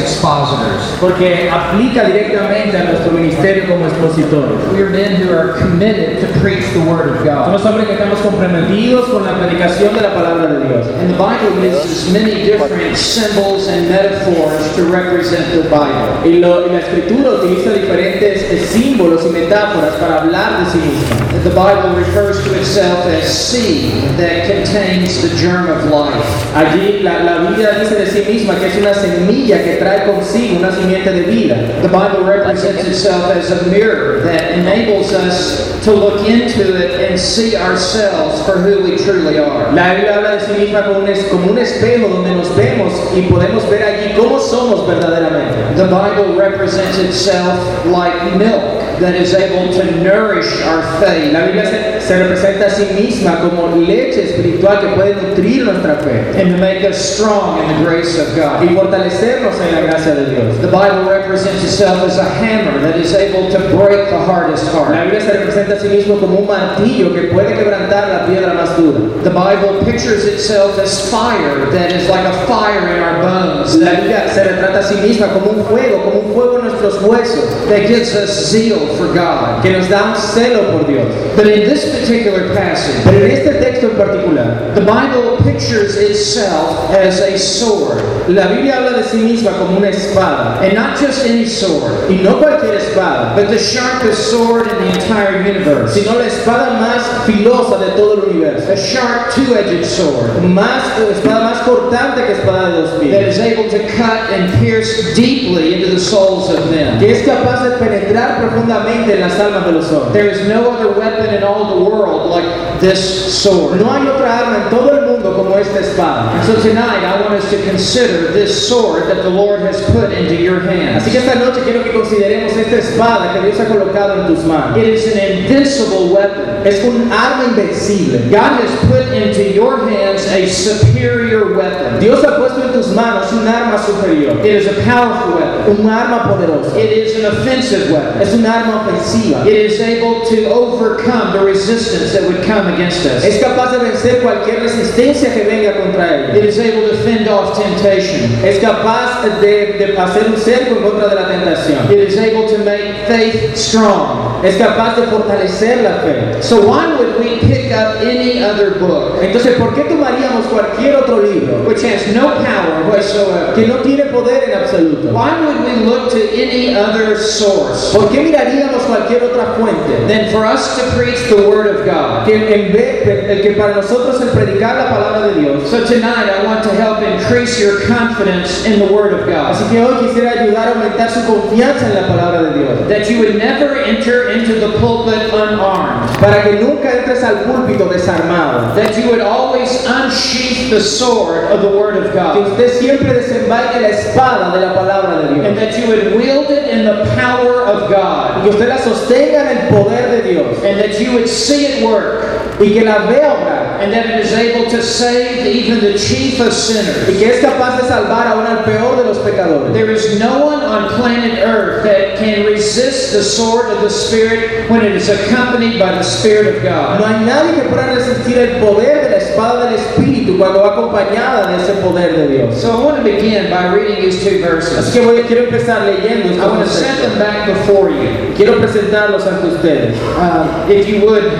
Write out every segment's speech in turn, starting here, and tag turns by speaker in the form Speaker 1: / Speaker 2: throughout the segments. Speaker 1: expositors.
Speaker 2: porque aplica directamente a nuestro ministerio como expositores.
Speaker 1: We are men who are committed to preach the Word of God.
Speaker 2: Somos hombres que estamos comprometidos con la predicación de la palabra de Dios.
Speaker 1: And the Bible uses many different symbols and metaphors to represent the Bible.
Speaker 2: Y, lo- y la escritura utiliza diferentes eh, símbolos y metáforas para hablar de sí misma.
Speaker 1: The Bible refers to itself as seed that contains the germ of life.
Speaker 2: Allí la, la Biblia dice de sí misma que es una semilla que trae consigo una simiente de vida.
Speaker 1: The Bible represents itself as a mirror that enables us to look into it and see ourselves for who we truly are.
Speaker 2: La Biblia habla de sí misma como un, es- como un espejo donde nos vemos y podemos ver allí cómo somos verdaderamente.
Speaker 1: The Bible represents itself like milk that is able to nourish our faith.
Speaker 2: La Biblia se, se representa a sí misma como leche espiritual que puede nutrir nuestra fe
Speaker 1: and to make us strong in the grace of
Speaker 2: y
Speaker 1: God.
Speaker 2: fortalecernos en la gracia de Dios.
Speaker 1: The Bible represents itself as a hammer that is able to break the hardest
Speaker 2: La
Speaker 1: heart.
Speaker 2: Biblia se representa a sí mismo como un martillo que puede quebrantar la piedra más dura.
Speaker 1: The Bible pictures itself as fire that is like a fire in our bones
Speaker 2: La Biblia se retrata a sí misma como un fuego, como un fuego en nuestros huesos,
Speaker 1: that gives us zeal for God.
Speaker 2: que nos da un celo por Dios.
Speaker 1: But in this particular passage,
Speaker 2: Pero en este texto en particular,
Speaker 1: the Bible pictures itself as a sword.
Speaker 2: la Biblia habla de sí misma como una espada,
Speaker 1: And not just any sword,
Speaker 2: y no cualquier espada,
Speaker 1: but the sharpest sword in the entire universe.
Speaker 2: sino la espada más filosa de todo el universo,
Speaker 1: A sharp two-edged sword.
Speaker 2: más espada más cortante que espada de dos
Speaker 1: that
Speaker 2: filos,
Speaker 1: is able to cut and pierce deeply into the souls of men.
Speaker 2: que es capaz de penetrar profundamente en las almas de los hombres.
Speaker 1: There is no other weapon in all the world like this sword.
Speaker 2: No hay otra arma en todo el mundo como esta espada.
Speaker 1: So tonight I want us to consider this sword that the Lord has put into your
Speaker 2: Así
Speaker 1: hands.
Speaker 2: que esta noche quiero que consideremos esta espada que Dios ha colocado en tus manos.
Speaker 1: It is an invincible weapon.
Speaker 2: Es un arma invencible.
Speaker 1: God has put into your hands a superior weapon.
Speaker 2: Dios ha puesto en tus manos un arma superior,
Speaker 1: It is a powerful weapon.
Speaker 2: un arma poderosa.
Speaker 1: It is an offensive weapon.
Speaker 2: Es un arma ofensiva.
Speaker 1: It is able to overcome the resistance that would come against us.
Speaker 2: Es capaz de vencer cualquier resistencia que venga contra
Speaker 1: It
Speaker 2: ella.
Speaker 1: is able to fend off temptation.
Speaker 2: Es capaz de, de hacer un cerco en contra de la tentación.
Speaker 1: It is able to make faith strong.
Speaker 2: Es capaz de fortalecer la fe.
Speaker 1: So why would we pick up any other book
Speaker 2: Entonces, ¿por qué tomaríamos cualquier otro libro
Speaker 1: which has no power whatsoever?
Speaker 2: que no tiene poder en absoluto?
Speaker 1: Why would we look to any other source
Speaker 2: ¿Por qué miraríamos cualquier otra fuente?
Speaker 1: than for us to preach the Word of God?
Speaker 2: que en vez el que para nosotros el predicar la palabra de Dios.
Speaker 1: So tonight I want to help increase your confidence in the Word of
Speaker 2: Así
Speaker 1: God.
Speaker 2: que hoy quisiera ayudar a aumentar su confianza en la palabra de Dios,
Speaker 1: That you would never enter into the pulpit unarmed.
Speaker 2: para que nunca entres al púlpito desarmado,
Speaker 1: That you would always unsheath the sword of the Word of
Speaker 2: que
Speaker 1: God.
Speaker 2: usted siempre desembarque la espada de la palabra de
Speaker 1: And
Speaker 2: Dios,
Speaker 1: that you would wield it in the power of God.
Speaker 2: que usted la sostenga en el poder de Dios
Speaker 1: And that you would see it work.
Speaker 2: y que la vea obrar
Speaker 1: And that it is able to save even the chief of sinners.
Speaker 2: y que es capaz de salvar aún al peor de los pecadores.
Speaker 1: There is no one on planet Earth that can resist the sword of the Spirit when it is accompanied by the Spirit of
Speaker 2: No
Speaker 1: God.
Speaker 2: hay nadie que pueda resistir el poder de la espada del Espíritu cuando va acompañada de ese poder de Dios.
Speaker 1: So I want to begin by reading these two
Speaker 2: Así
Speaker 1: verses.
Speaker 2: que voy, quiero empezar leyendo.
Speaker 1: I
Speaker 2: estos
Speaker 1: want to
Speaker 2: dos
Speaker 1: set
Speaker 2: textos.
Speaker 1: them back before you.
Speaker 2: Quiero presentarlos ante ustedes.
Speaker 1: Uh, if you would,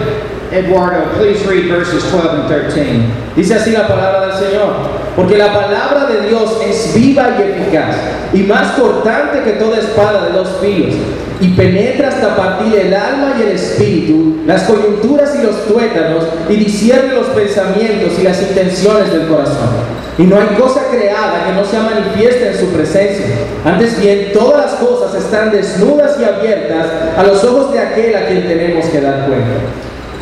Speaker 1: Eduardo, please read verses 12 and 13.
Speaker 2: Dice así la palabra del Señor. Porque la palabra de Dios es viva y eficaz, y más cortante que toda espada de dos filos, y penetra hasta partir el alma y el espíritu, las coyunturas y los tuétanos, y discierne los pensamientos y las intenciones del corazón. Y no hay cosa creada que no sea manifiesta en su presencia. Antes bien, todas las cosas están desnudas y abiertas a los ojos de aquel a quien tenemos que dar cuenta.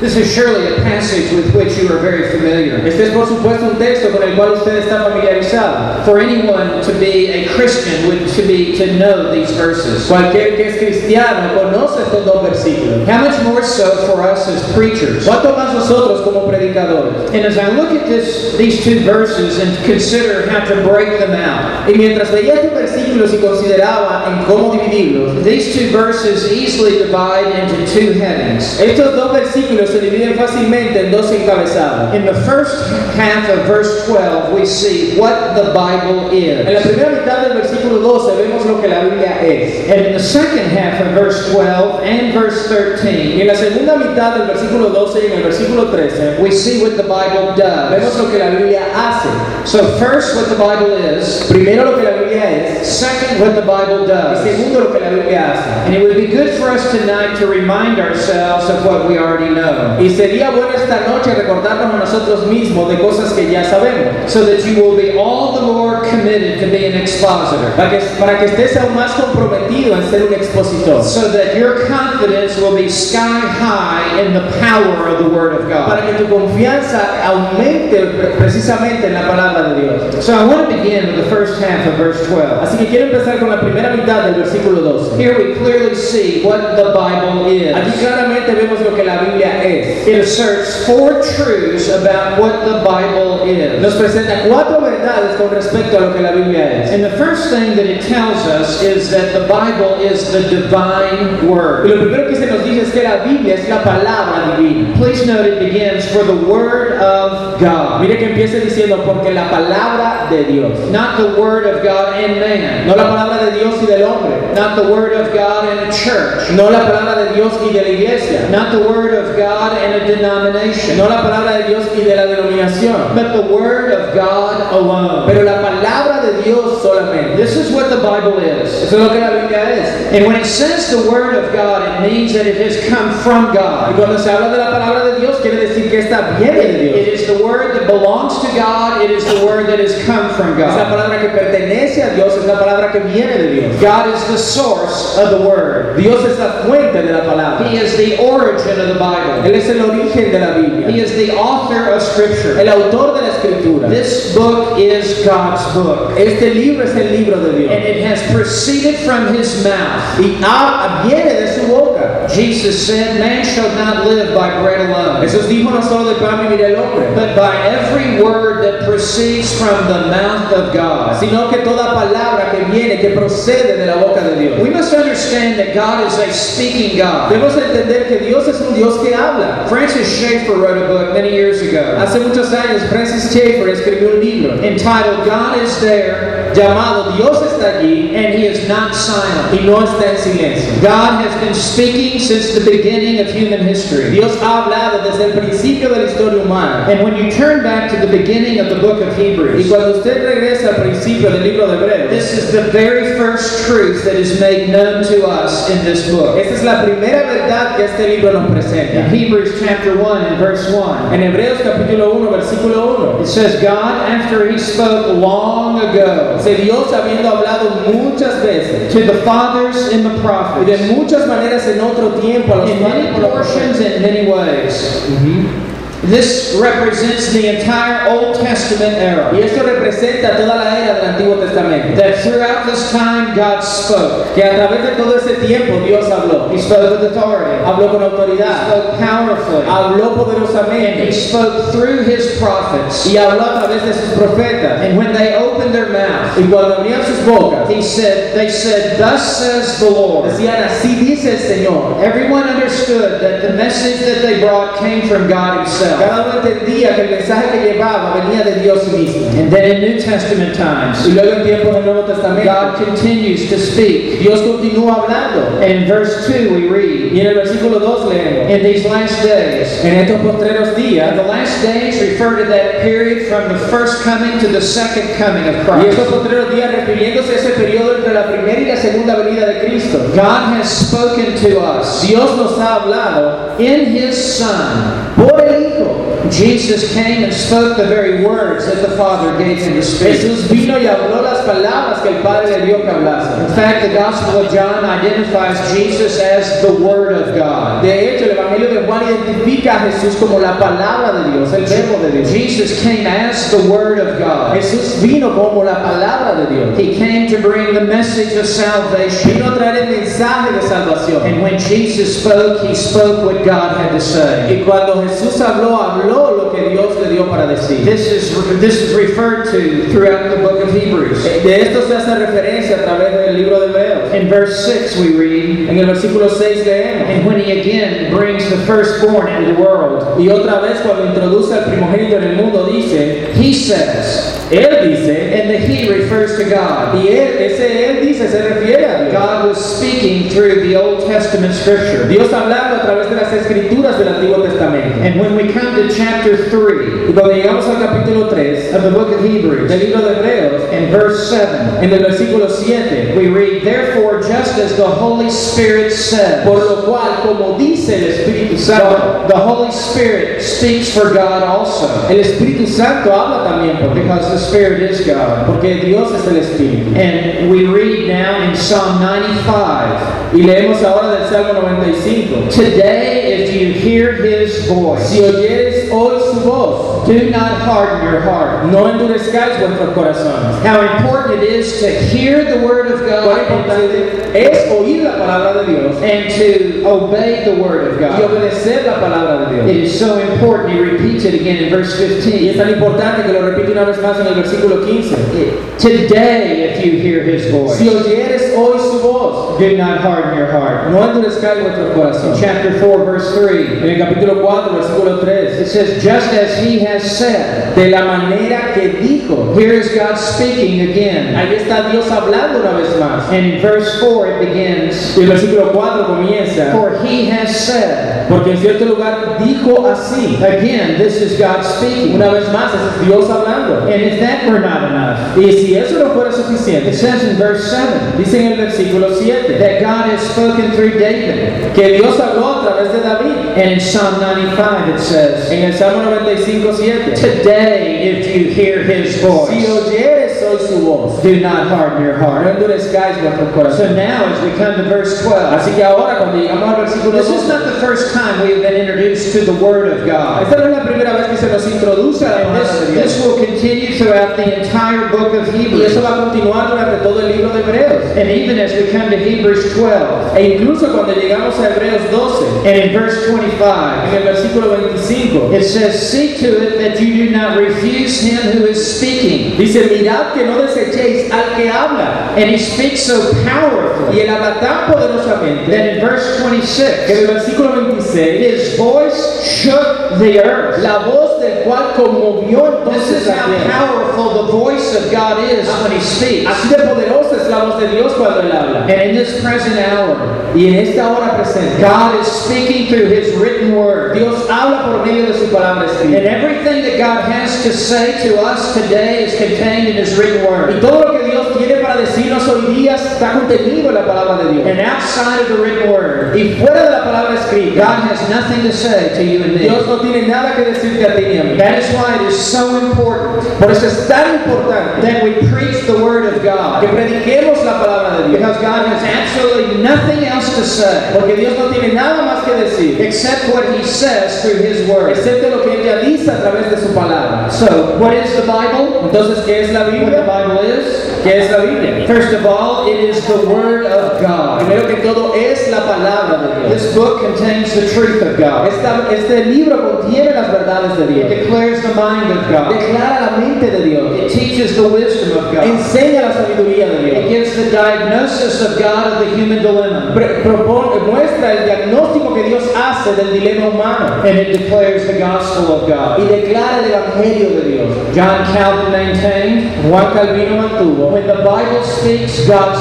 Speaker 1: This is surely a passage with which you are very familiar.
Speaker 2: Este es por supuesto un texto con el cual usted está familiarizado.
Speaker 1: For anyone to be a Christian would to be to know these verses.
Speaker 2: Cualquier que es cristiano conoce estos dos versículos.
Speaker 1: How much more so for us as preachers?
Speaker 2: ¿Cuánto más nosotros como predicadores?
Speaker 1: And as I look at this, these two verses and consider how to break them out,
Speaker 2: Y mientras leía estos versículos y consideraba en cómo dividirlos,
Speaker 1: these two verses easily divide into two headings.
Speaker 2: estos dos versículos se dividen fácilmente en dos encabezados.
Speaker 1: In the first half of verse 12, we see what the Bible
Speaker 2: En la
Speaker 1: is.
Speaker 2: primera mitad del versículo 12 vemos lo que la Biblia es.
Speaker 1: And in the second half of verse 12 and verse
Speaker 2: Y
Speaker 1: 13,
Speaker 2: en la segunda mitad del versículo 12 y en el versículo 13
Speaker 1: we see what the Bible
Speaker 2: vemos
Speaker 1: does.
Speaker 2: lo que la Biblia hace.
Speaker 1: So, first, what the Bible is.
Speaker 2: Primero lo que la Biblia es
Speaker 1: Second, what the Bible
Speaker 2: y
Speaker 1: does.
Speaker 2: segundo lo que la Biblia hace.
Speaker 1: And it would be good for us tonight to remind ourselves of what we already know.
Speaker 2: Y sería bueno esta noche recordarnos a nosotros mismos de cosas que ya sabemos.
Speaker 1: So that you will be all the more committed to be an expositor.
Speaker 2: Para que, para que estés aún más comprometido en ser un expositor.
Speaker 1: So that your confidence will be sky high in the power of the Word of God.
Speaker 2: Para que tu confianza aumente pre- precisamente en la palabra de Dios.
Speaker 1: So I want to begin with the first half of verse 12.
Speaker 2: Así que quiero empezar con la primera mitad del versículo 12.
Speaker 1: Here we clearly see what the Bible
Speaker 2: Aquí
Speaker 1: is.
Speaker 2: claramente vemos lo que la Biblia es.
Speaker 1: It asserts four truths about what the Bible
Speaker 2: Nos
Speaker 1: is.
Speaker 2: presenta cuatro verdades con respecto a lo que la Biblia es.
Speaker 1: And the first thing that it tells us is that the Bible is the divine
Speaker 2: Y
Speaker 1: word.
Speaker 2: lo primero que se nos dice es que la Biblia es la palabra divina.
Speaker 1: Please note it begins for the word of God,
Speaker 2: Mire que empieza diciendo, porque la palabra de Dios.
Speaker 1: not the word of God and man,
Speaker 2: No la palabra de Dios y del hombre.
Speaker 1: not the word of God and a church,
Speaker 2: No la palabra de Dios y de la iglesia.
Speaker 1: not the word of God and a denomination,
Speaker 2: No la palabra de Dios y de la denominación.
Speaker 1: but the word of God alone.
Speaker 2: Pero la palabra de Dios solamente.
Speaker 1: This is what the Bible is.
Speaker 2: Eso es lo que la Biblia es.
Speaker 1: And when it says the Word of God, it means that it has come from
Speaker 2: Y
Speaker 1: God.
Speaker 2: cuando se habla de la palabra de Dios, quiere decir que esta viene de
Speaker 1: It
Speaker 2: Dios.
Speaker 1: is the Word that belongs to God, it is the Word that has come from
Speaker 2: Es la
Speaker 1: God.
Speaker 2: palabra que pertenece a Dios, es la palabra que viene de Dios.
Speaker 1: God is the source of Oh, the Word,
Speaker 2: Dios es la fuente de la palabra.
Speaker 1: He is the origin of the Bible,
Speaker 2: Él es el origen de la
Speaker 1: He
Speaker 2: Biblia.
Speaker 1: is the author of Scripture.
Speaker 2: El autor de la escritura.
Speaker 1: This book is God's book,
Speaker 2: Este libro es el libro de
Speaker 1: and
Speaker 2: Dios.
Speaker 1: it has proceeded from His mouth.
Speaker 2: Y ha- viene de su boca.
Speaker 1: Jesus said, Man shall not live by bread alone,
Speaker 2: Jesús dijo no solo de pan vivirá el hombre,
Speaker 1: but by every word that proceeds from the mouth of God.
Speaker 2: sino que toda palabra que viene, que procede de la boca de Dios.
Speaker 1: We must understand that God is a speaking God.
Speaker 2: Debemos entender que Dios es un Dios que habla.
Speaker 1: Francis Schaeffer wrote a book many years ago
Speaker 2: Hace muchos años Francis Schaeffer escribió un libro
Speaker 1: entitled God is There
Speaker 2: llamado Dios está allí
Speaker 1: and He is Not Silent.
Speaker 2: y no está en silencio.
Speaker 1: God has been speaking since the beginning of human history.
Speaker 2: Dios ha hablado desde el principio de la historia humana.
Speaker 1: And when you turn back to the beginning of the book of
Speaker 2: Y
Speaker 1: Hebrews,
Speaker 2: cuando usted regresa al principio del libro de Hebreos,
Speaker 1: this is the very first truth that is made known to us in this book.
Speaker 2: esa es la primera verdad que este libro nos presenta.
Speaker 1: In Hebrews chapter 1 and verse 1,
Speaker 2: En Hebreos capítulo 1, versículo
Speaker 1: it says, God, after He spoke long
Speaker 2: 1,
Speaker 1: ago
Speaker 2: se Dios habiendo hablado muchas veces
Speaker 1: to the fathers and the
Speaker 2: y
Speaker 1: prophets,
Speaker 2: de muchas maneras en otro tiempo a los
Speaker 1: in
Speaker 2: padres
Speaker 1: many
Speaker 2: por la profecía.
Speaker 1: portions and many ways. This represents the entire Old Testament
Speaker 2: Y
Speaker 1: era.
Speaker 2: esto representa toda la era del Antiguo Testamento.
Speaker 1: That throughout this time God spoke.
Speaker 2: Que a través de todo ese tiempo Dios habló.
Speaker 1: He spoke with authority.
Speaker 2: Habló con
Speaker 1: He
Speaker 2: autoridad.
Speaker 1: spoke powerfully. And
Speaker 2: Habló
Speaker 1: he
Speaker 2: poderosamente.
Speaker 1: spoke through his prophets.
Speaker 2: Y habló a través de sus profetas.
Speaker 1: And when they opened their mouth,
Speaker 2: Y cuando abrían sus bocas,
Speaker 1: he said, they said, Thus says the Lord.
Speaker 2: decían así dice el Señor.
Speaker 1: Everyone understood that the message that they brought came from God himself.
Speaker 2: Cada uno entendía que el mensaje que llevaba venía de Dios mismo.
Speaker 1: And then in New Testament
Speaker 2: Y
Speaker 1: times,
Speaker 2: luego en tiempos del Nuevo Testamento,
Speaker 1: God continues to speak.
Speaker 2: Dios continúa hablando.
Speaker 1: In verse 2 we read,
Speaker 2: Y en el versículo 2 leemos,
Speaker 1: in these last days.
Speaker 2: en estos postreros
Speaker 1: And
Speaker 2: días,
Speaker 1: the last days refer to that period from the first coming to the second coming of
Speaker 2: y estos
Speaker 1: Christ.
Speaker 2: postreros días refiriéndose a ese periodo entre la primera y la segunda venida de Cristo,
Speaker 1: God has spoken to us
Speaker 2: Dios nos ha hablado
Speaker 1: in His Son.
Speaker 2: por el Hijo.
Speaker 1: Jesus came and spoke the very words that the Father gave Him to speak.
Speaker 2: Jesús vino y habló las palabras que el Padre le dio que hablase.
Speaker 1: In fact, the Gospel of John identifies Jesus as the Word of God.
Speaker 2: De hecho, el Evangelio de Juan identifica a Jesús como la palabra de Dios, el verbo de Dios.
Speaker 1: Jesus came as the Word of God.
Speaker 2: Jesús vino como la palabra de Dios.
Speaker 1: He came to bring the message of salvation.
Speaker 2: Vino a traer el mensaje de salvación.
Speaker 1: And when Jesus spoke, He spoke what God had to say.
Speaker 2: Y cuando Jesús habló, habló habló lo que Dios le dio para decir.
Speaker 1: This is, this is referred to throughout the book of Hebrews.
Speaker 2: Eh, De esto se hace referencia a través del libro de Hebreos.
Speaker 1: In verse 6, we read,
Speaker 2: En el versículo 6 leemos.
Speaker 1: And when he again brings the firstborn into the world,
Speaker 2: Y otra vez cuando introduce al primogénito en el mundo dice,
Speaker 1: he says,
Speaker 2: él dice,
Speaker 1: and the he refers to God.
Speaker 2: y él, ese él dice, se refiere a Dios.
Speaker 1: God was speaking through the Old Testament scripture.
Speaker 2: Dios hablando a través de las escrituras del Antiguo Testamento.
Speaker 1: And when we come to chapter 3
Speaker 2: Y cuando llegamos al capítulo 3
Speaker 1: of the book of Hebrews,
Speaker 2: del libro de Hebreos,
Speaker 1: in verse 7,
Speaker 2: en el versículo 7,
Speaker 1: we read, Therefore, just as the Holy Spirit said,
Speaker 2: por lo cual, como dice el Espíritu Santo,
Speaker 1: So the Holy Spirit speaks for God also,
Speaker 2: el Espíritu Santo habla también por Dios,
Speaker 1: because the Spirit is God.
Speaker 2: porque Dios es el Espíritu.
Speaker 1: And we read now in Psalm 95
Speaker 2: Y leemos ahora del Salmo 95.
Speaker 1: Today, if you hear His
Speaker 2: Si
Speaker 1: voice,
Speaker 2: oyeres hoy su voz,
Speaker 1: do not harden your heart.
Speaker 2: no endurezcáis vuestros corazones.
Speaker 1: How important it is to hear the Word of
Speaker 2: Cuán
Speaker 1: God
Speaker 2: importante es oír la palabra de Dios
Speaker 1: and to obey the Word of
Speaker 2: y
Speaker 1: God.
Speaker 2: obedecer la palabra de
Speaker 1: It
Speaker 2: Dios.
Speaker 1: is so important. He repeats it again in verse
Speaker 2: Y
Speaker 1: 15.
Speaker 2: es tan importante que lo repite una vez más en el versículo 15.
Speaker 1: Today, if you hear His
Speaker 2: Si
Speaker 1: voice,
Speaker 2: oyeres hoy su voz,
Speaker 1: do not harden your heart.
Speaker 2: no endurezcáis vuestro
Speaker 1: In
Speaker 2: corazón.
Speaker 1: chapter 4, verse 3.
Speaker 2: En el capítulo 4, versículo 3,
Speaker 1: It says, just as he has said.
Speaker 2: de la manera que dijo,
Speaker 1: Here is God speaking again.
Speaker 2: ahí está Dios hablando una vez más.
Speaker 1: And in verse 4 it begins,
Speaker 2: Y el versículo 4 comienza,
Speaker 1: For he has said.
Speaker 2: porque en cierto lugar dijo así.
Speaker 1: Again, this is God speaking.
Speaker 2: Una vez más, es Dios hablando.
Speaker 1: And if that were not enough,
Speaker 2: Y si eso no fuera
Speaker 1: it
Speaker 2: suficiente,
Speaker 1: says in verse 7
Speaker 2: dice en el versículo 7,
Speaker 1: that God has spoken through David.
Speaker 2: que Dios habló a través de David.
Speaker 1: And in Psalm 95 it says,
Speaker 2: En el Salmo 95, 7.
Speaker 1: Today, if you hear his
Speaker 2: Si
Speaker 1: voice,
Speaker 2: oyeres hoy su voz,
Speaker 1: do not harden your
Speaker 2: no
Speaker 1: heart.
Speaker 2: endurezcáis vuestro corazón.
Speaker 1: So now, as we come to verse 12,
Speaker 2: Así que ahora cuando llegamos al versículo
Speaker 1: this is
Speaker 2: 12,
Speaker 1: not the first time we have been introduced to the Word of God.
Speaker 2: esta no es la primera vez que se nos introduce a la
Speaker 1: And
Speaker 2: palabra
Speaker 1: This,
Speaker 2: de
Speaker 1: this
Speaker 2: Dios.
Speaker 1: will continue throughout the entire book of
Speaker 2: Y eso
Speaker 1: Hebrews.
Speaker 2: va a continuar durante todo el libro de Hebreos.
Speaker 1: And even as we come to Hebrews 12,
Speaker 2: E incluso cuando llegamos a Hebreos 12,
Speaker 1: and in verse 25,
Speaker 2: en el versículo 25,
Speaker 1: it says, See to it that you do not refuse him who is speaking.
Speaker 2: dice, mirad que no desechéis al que habla.
Speaker 1: And he speaks so powerfully
Speaker 2: Y él habla tan poderosamente
Speaker 1: that in verse
Speaker 2: que en
Speaker 1: 26,
Speaker 2: el versículo 26
Speaker 1: his voice shook the earth.
Speaker 2: La voz del cual conmovió
Speaker 1: This
Speaker 2: entonces
Speaker 1: is
Speaker 2: la
Speaker 1: how
Speaker 2: tierra.
Speaker 1: powerful the voice of God is when he speaks.
Speaker 2: Así de poderosa es la voz de Dios cuando Él habla.
Speaker 1: And in this present hour,
Speaker 2: Y en esta hora presente,
Speaker 1: God is speaking through his written word.
Speaker 2: Dios habla por medio de su palabra
Speaker 1: And
Speaker 2: escrita.
Speaker 1: everything that God has to say to us today is contained in His written
Speaker 2: Y
Speaker 1: word.
Speaker 2: todo lo que Dios tiene para decirnos hoy día está contenido en la palabra de Dios.
Speaker 1: And outside of the written word,
Speaker 2: Y fuera de la palabra escrita,
Speaker 1: God has nothing to say to you and
Speaker 2: Dios
Speaker 1: me.
Speaker 2: no tiene nada que decirte a ti ni a mí.
Speaker 1: That is why it is so important
Speaker 2: Por eso es tan importante
Speaker 1: that we preach the word of
Speaker 2: que
Speaker 1: God.
Speaker 2: prediquemos la palabra de Dios.
Speaker 1: Because God has absolutely nothing else to say
Speaker 2: Porque Dios no tiene nada más que decir,
Speaker 1: except what He says through His word.
Speaker 2: excepto lo que Él realiza a través de su palabra.
Speaker 1: So, what is the Bible?
Speaker 2: Entonces, ¿qué es la
Speaker 1: What the
Speaker 2: Biblia?
Speaker 1: Bible is?
Speaker 2: ¿Qué es la Biblia?
Speaker 1: First of all, it is the word of God.
Speaker 2: Primero que todo es la palabra de Dios.
Speaker 1: This book contains the truth of God.
Speaker 2: Esta- este libro contiene las verdades de
Speaker 1: It
Speaker 2: Dios.
Speaker 1: declares the mind of God.
Speaker 2: Declara la mente de Dios.
Speaker 1: It teaches the wisdom of God.
Speaker 2: Enseña la sabiduría de
Speaker 1: It
Speaker 2: Dios.
Speaker 1: gives the diagnosis of God of the human dilemma.
Speaker 2: Pre- propone- muestra el diagnóstico que Dios hace del dilema humano
Speaker 1: And it declares the gospel of
Speaker 2: y
Speaker 1: God.
Speaker 2: declara el evangelio de Dios.
Speaker 1: John Calvin maintained,
Speaker 2: Juan Calvino mantuvo,
Speaker 1: when the Bible speaks, God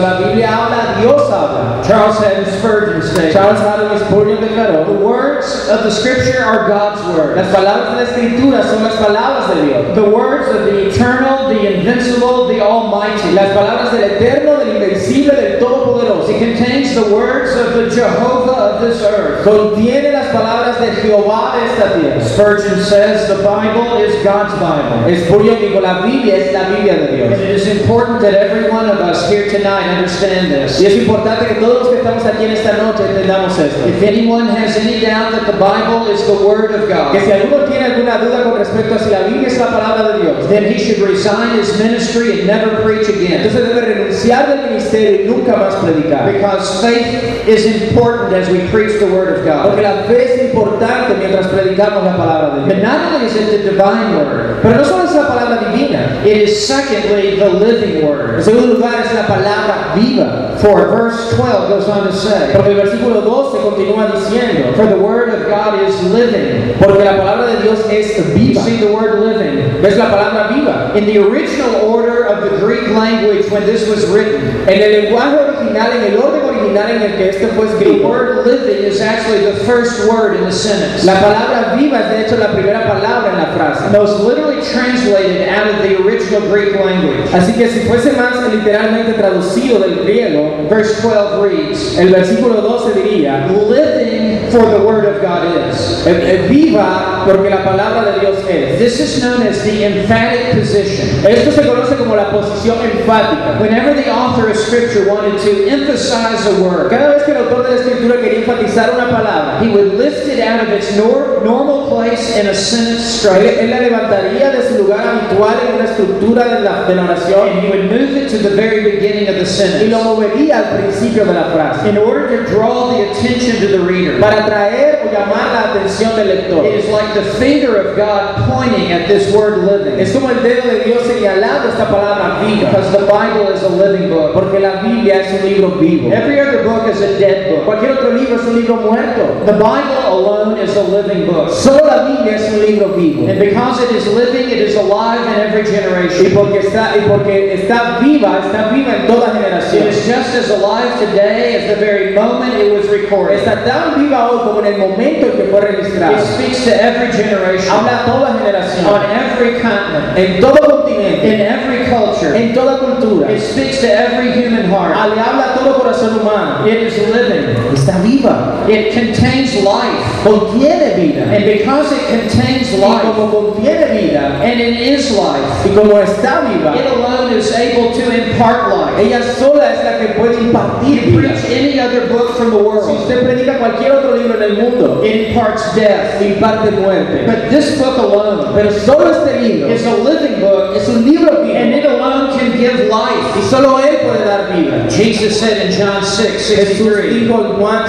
Speaker 1: speaks.
Speaker 2: la Biblia habla, Dios habla.
Speaker 1: Charles Haddon Spurgeon stated,
Speaker 2: Charles Haddon Spurgeon
Speaker 1: the
Speaker 2: declaró,
Speaker 1: words of the scripture are God's
Speaker 2: las
Speaker 1: word.
Speaker 2: palabras de la escritura son las palabras de Dios.
Speaker 1: The words of the eternal, the invincible, the almighty.
Speaker 2: Las palabras del eterno, del invencible, del todopoderoso.
Speaker 1: It contains the words of the Jehovah of this earth.
Speaker 2: Contiene las palabras de Jehová de esta tierra.
Speaker 1: Spurgeon says the Bible is God's Bible.
Speaker 2: Spurgeon dijo, la Biblia es la Biblia de
Speaker 1: And
Speaker 2: Dios.
Speaker 1: it is important that every one of us here tonight understand
Speaker 2: Y
Speaker 1: this.
Speaker 2: es importante que todos los que estamos aquí en esta noche entendamos esto.
Speaker 1: If anyone has any doubt that the Bible is the Word of
Speaker 2: Que
Speaker 1: God,
Speaker 2: si alguno tiene alguna duda con respecto a si la Biblia es la palabra de Dios,
Speaker 1: then he should resign his ministry and never preach again.
Speaker 2: entonces debe renunciar renunciar del ministerio y nunca más predicar.
Speaker 1: Because faith is important as we preach the Word of God.
Speaker 2: Porque la fe es importante mientras predicamos la palabra de
Speaker 1: But
Speaker 2: Dios.
Speaker 1: not only is it the divine Word,
Speaker 2: Pero no solo es la palabra divina,
Speaker 1: it is secondly the living
Speaker 2: en
Speaker 1: Word.
Speaker 2: segundo lugar es la palabra viva.
Speaker 1: For verse 12 goes on to say,
Speaker 2: Porque el versículo 12 continúa diciendo,
Speaker 1: For the Word of God is living.
Speaker 2: porque la palabra de Dios es
Speaker 1: You
Speaker 2: viva.
Speaker 1: see the word living.
Speaker 2: ¿Ves la palabra viva?
Speaker 1: In the original order of the Greek language when this was written,
Speaker 2: En el lenguaje original, en el orden original en el que este fue
Speaker 1: The
Speaker 2: escrito,
Speaker 1: word living is actually the first word in the sentence.
Speaker 2: la palabra viva es de hecho la primera palabra en la frase.
Speaker 1: That was literally translated out of the original Greek language.
Speaker 2: Así que si fuese más literalmente traducido del griego,
Speaker 1: Verse 12 reads,
Speaker 2: el versículo 12 diría,
Speaker 1: Living for the word of God is.
Speaker 2: eh, eh, viva porque la palabra de Dios es.
Speaker 1: This is known as the emphatic position.
Speaker 2: Esto se conoce como la posición enfática.
Speaker 1: Whenever the author of scripture wanted to emphasize a word,
Speaker 2: Cada vez que el autor de la escritura quería enfatizar una palabra,
Speaker 1: he would lift it out of its nor- normal place in a sentence
Speaker 2: él,
Speaker 1: structure
Speaker 2: él la levantaría de su lugar habitual en una estructura de la, de la
Speaker 1: and
Speaker 2: oración
Speaker 1: he would move it to the very beginning of the
Speaker 2: y lo
Speaker 1: sentence
Speaker 2: movería al principio de la frase.
Speaker 1: in order to draw the attention to the reader.
Speaker 2: para atraer o llamar la atención del lector.
Speaker 1: It is like the finger of God pointing at this word living.
Speaker 2: Es como el dedo de Dios señalando esta palabra viva,
Speaker 1: Because the Bible is a living book.
Speaker 2: porque la Biblia es un libro vivo.
Speaker 1: Every other book is a dead book.
Speaker 2: Eh, Cualquier otro libro es un libro muerto.
Speaker 1: The Bible alone is a living book.
Speaker 2: Solo la Biblia es un libro vivo.
Speaker 1: And because it is living, it is alive in every
Speaker 2: Y
Speaker 1: generation.
Speaker 2: porque está, y porque está viva, está viva en toda
Speaker 1: It
Speaker 2: generación.
Speaker 1: is just as alive today as the very moment it was recorded.
Speaker 2: Está tan viva hoy como en el momento en que fue registrada.
Speaker 1: It speaks to every generation,
Speaker 2: Habla a toda
Speaker 1: on
Speaker 2: generación,
Speaker 1: every continent,
Speaker 2: en todo continente,
Speaker 1: in every culture.
Speaker 2: en toda cultura.
Speaker 1: It speaks to every human
Speaker 2: Ah,
Speaker 1: heart.
Speaker 2: Le habla a todo corazón humano.
Speaker 1: It is living.
Speaker 2: Está viva.
Speaker 1: It contains life.
Speaker 2: Contiene vida.
Speaker 1: And because it contains
Speaker 2: Y
Speaker 1: life,
Speaker 2: como contiene vida,
Speaker 1: and it is life,
Speaker 2: y como está viva,
Speaker 1: it alone is able to impart life.
Speaker 2: ella sola es la que puede impartir
Speaker 1: You
Speaker 2: vida.
Speaker 1: preach any other book from the
Speaker 2: Si
Speaker 1: world,
Speaker 2: usted predica cualquier otro libro en el mundo,
Speaker 1: it imparts death.
Speaker 2: imparte muerte.
Speaker 1: But this book alone
Speaker 2: Pero solo este libro
Speaker 1: is a living book,
Speaker 2: es un libro
Speaker 1: and
Speaker 2: vivo,
Speaker 1: it alone can give life.
Speaker 2: y solo él puede dar vida.
Speaker 1: Jesus said in John 6
Speaker 2: Jesús
Speaker 1: 63,
Speaker 2: dijo en Juan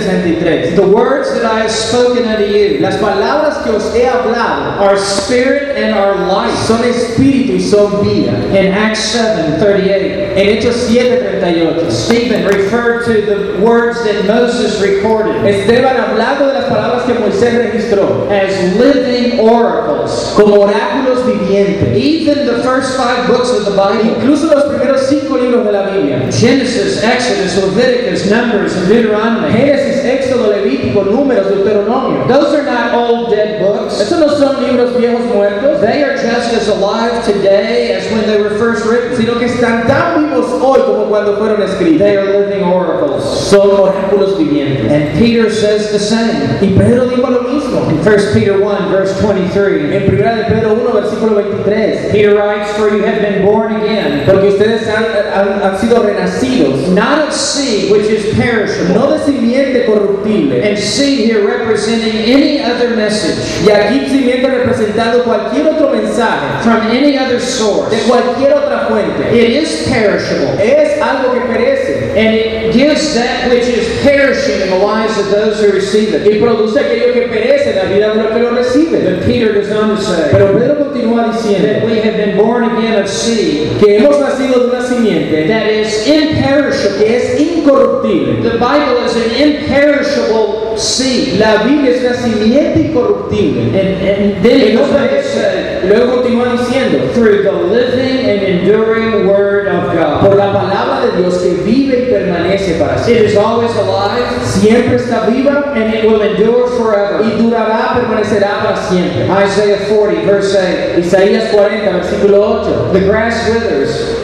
Speaker 2: 6:63,
Speaker 1: The words that I have spoken unto you
Speaker 2: las palabras que os he hablado
Speaker 1: are spirit and are life.
Speaker 2: son espíritu y son vida.
Speaker 1: In Acts 7 38,
Speaker 2: En Hechos 7:38,
Speaker 1: Stephen referred to the words that Moses recorded.
Speaker 2: Esteban hablando de las palabras que Moisés registró
Speaker 1: as living oracles.
Speaker 2: como oráculos vivientes.
Speaker 1: Even the first five books of the Bible
Speaker 2: Incluso los primeros cinco libros de la Biblia.
Speaker 1: Genesis, Exodus, Leviticus, Numbers, and Deuteronomy
Speaker 2: Génesis, Éxodo, Levítico, Números, Deuteronomio.
Speaker 1: those are not old dead books.
Speaker 2: Esos no son libros viejos muertos,
Speaker 1: They are just as alive today as when they were first written.
Speaker 2: sino que están tan vivos hoy como cuando fueron escritos.
Speaker 1: They are living oracles.
Speaker 2: Son oráculos vivientes.
Speaker 1: And Peter says the same.
Speaker 2: Y Pedro dijo lo mismo.
Speaker 1: In 1 Peter 1, verse 23,
Speaker 2: En 1 de Pedro 1, versículo 23.
Speaker 1: Peter writes, For you have been born again,
Speaker 2: Porque ustedes han, han- han sido renacidos,
Speaker 1: not of seed, which is perishable,
Speaker 2: no de simiente corruptible.
Speaker 1: and seed here representing any other message
Speaker 2: Y aquí simiente representando cualquier otro mensaje,
Speaker 1: from any other source.
Speaker 2: de cualquier otra fuente.
Speaker 1: It is perishable,
Speaker 2: Es algo que perece.
Speaker 1: and it gives that which is perishing in the lives of those who receive it.
Speaker 2: y produce aquello que perece en la vida de los que lo reciben.
Speaker 1: But Peter goes on to say
Speaker 2: Pero Pedro
Speaker 1: that
Speaker 2: continúa diciendo
Speaker 1: we have been born again of seed
Speaker 2: que hemos nacido de una simiente
Speaker 1: that is imperishable.
Speaker 2: que es incorruptible.
Speaker 1: The Bible is an imperishable seed.
Speaker 2: La Biblia es una simiente
Speaker 1: And,
Speaker 2: incorruptible.
Speaker 1: and then
Speaker 2: Y
Speaker 1: he
Speaker 2: no
Speaker 1: goes on to
Speaker 2: perece.
Speaker 1: say,
Speaker 2: Y Luego continúa diciendo,
Speaker 1: through the living and enduring Word of God.
Speaker 2: por la palabra de Dios que vive y permanece para siempre.
Speaker 1: It is always alive,
Speaker 2: Siempre está viva
Speaker 1: and it will endure forever.
Speaker 2: y durará, permanecerá para siempre.
Speaker 1: Isaiah 40, verse 8.
Speaker 2: Isaías 40, versículo 8.
Speaker 1: The grass withers,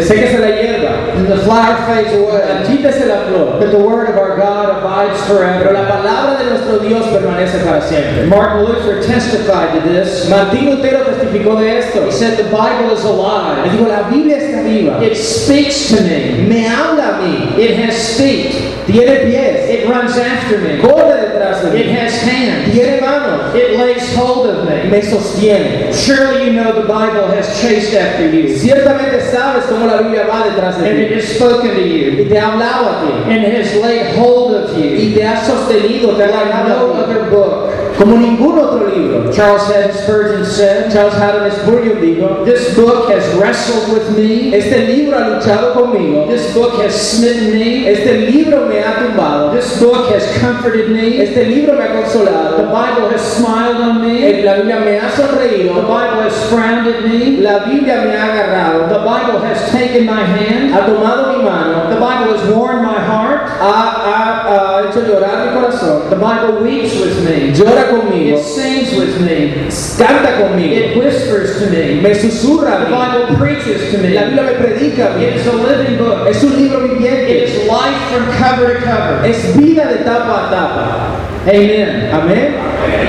Speaker 2: Séquese la hierba,
Speaker 1: And the flower fades away,
Speaker 2: quítese la flor,
Speaker 1: but the word of our God abides
Speaker 2: pero
Speaker 1: forever.
Speaker 2: la palabra de nuestro Dios permanece para siempre.
Speaker 1: Martin Luther testified to this.
Speaker 2: Martín Lutero testificó de esto.
Speaker 1: He said, The Bible is
Speaker 2: Él
Speaker 1: alive.
Speaker 2: dijo, la Biblia está viva.
Speaker 1: It speaks to me.
Speaker 2: Me habla a mí. mí,
Speaker 1: It has feet.
Speaker 2: tiene pies,
Speaker 1: It runs after me.
Speaker 2: corre detrás de
Speaker 1: It
Speaker 2: mí,
Speaker 1: has hands.
Speaker 2: tiene manos,
Speaker 1: It lays hold of me.
Speaker 2: me sostiene.
Speaker 1: Surely you know the Bible has chased after you,
Speaker 2: Ciertamente sabes cómo la Biblia va detrás
Speaker 1: and it
Speaker 2: de ti,
Speaker 1: has spoken to
Speaker 2: y
Speaker 1: you,
Speaker 2: te ha hablado a ti,
Speaker 1: and has laid hold of you
Speaker 2: y te ha sostenido, te ha
Speaker 1: like no
Speaker 2: agarrado a ti,
Speaker 1: other book.
Speaker 2: como ningún otro libro.
Speaker 1: Charles Haddon Spurgeon said,
Speaker 2: Charles Haddon Spurgeon dijo,
Speaker 1: This book has wrestled with me,
Speaker 2: este libro ha luchado conmigo,
Speaker 1: this book has smitten me,
Speaker 2: este libro me ha tumbado,
Speaker 1: this book has comforted me,
Speaker 2: este libro me ha
Speaker 1: the
Speaker 2: consolado,
Speaker 1: Bible has smiled on me,
Speaker 2: eh, la Biblia me ha
Speaker 1: the
Speaker 2: sonreído,
Speaker 1: Bible has frowned at me,
Speaker 2: la Biblia me ha agarrado,
Speaker 1: the Bible has taken my hand,
Speaker 2: ha tomado mi mano,
Speaker 1: the Bible has worn my heart,
Speaker 2: ha, ha- ha hecho llorar mi corazón,
Speaker 1: the Bible weeps with me,
Speaker 2: llora conmigo,
Speaker 1: it sings with me,
Speaker 2: canta conmigo,
Speaker 1: it whispers to me.
Speaker 2: me susurra a
Speaker 1: The
Speaker 2: mí.
Speaker 1: Bible preaches to me.
Speaker 2: La Biblia
Speaker 1: It
Speaker 2: me predica,
Speaker 1: is a living book.
Speaker 2: es un libro
Speaker 1: It
Speaker 2: viviente,
Speaker 1: is life from cover to cover.
Speaker 2: es vida de tapa a tapa.
Speaker 1: Amen.
Speaker 2: Amén.